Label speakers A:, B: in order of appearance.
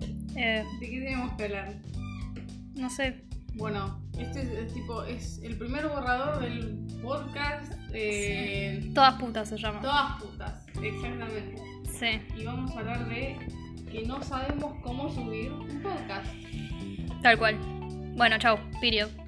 A: sé,
B: ¿De qué tenemos que hablar?
A: Eh, no sé.
B: Bueno, este es, es tipo, es el primer borrador del podcast eh,
A: Todas putas se llama.
B: Todas putas, exactamente.
A: Sí.
B: Y vamos a hablar de que no sabemos cómo subir un podcast.
A: Tal cual. Bueno, chao. Period.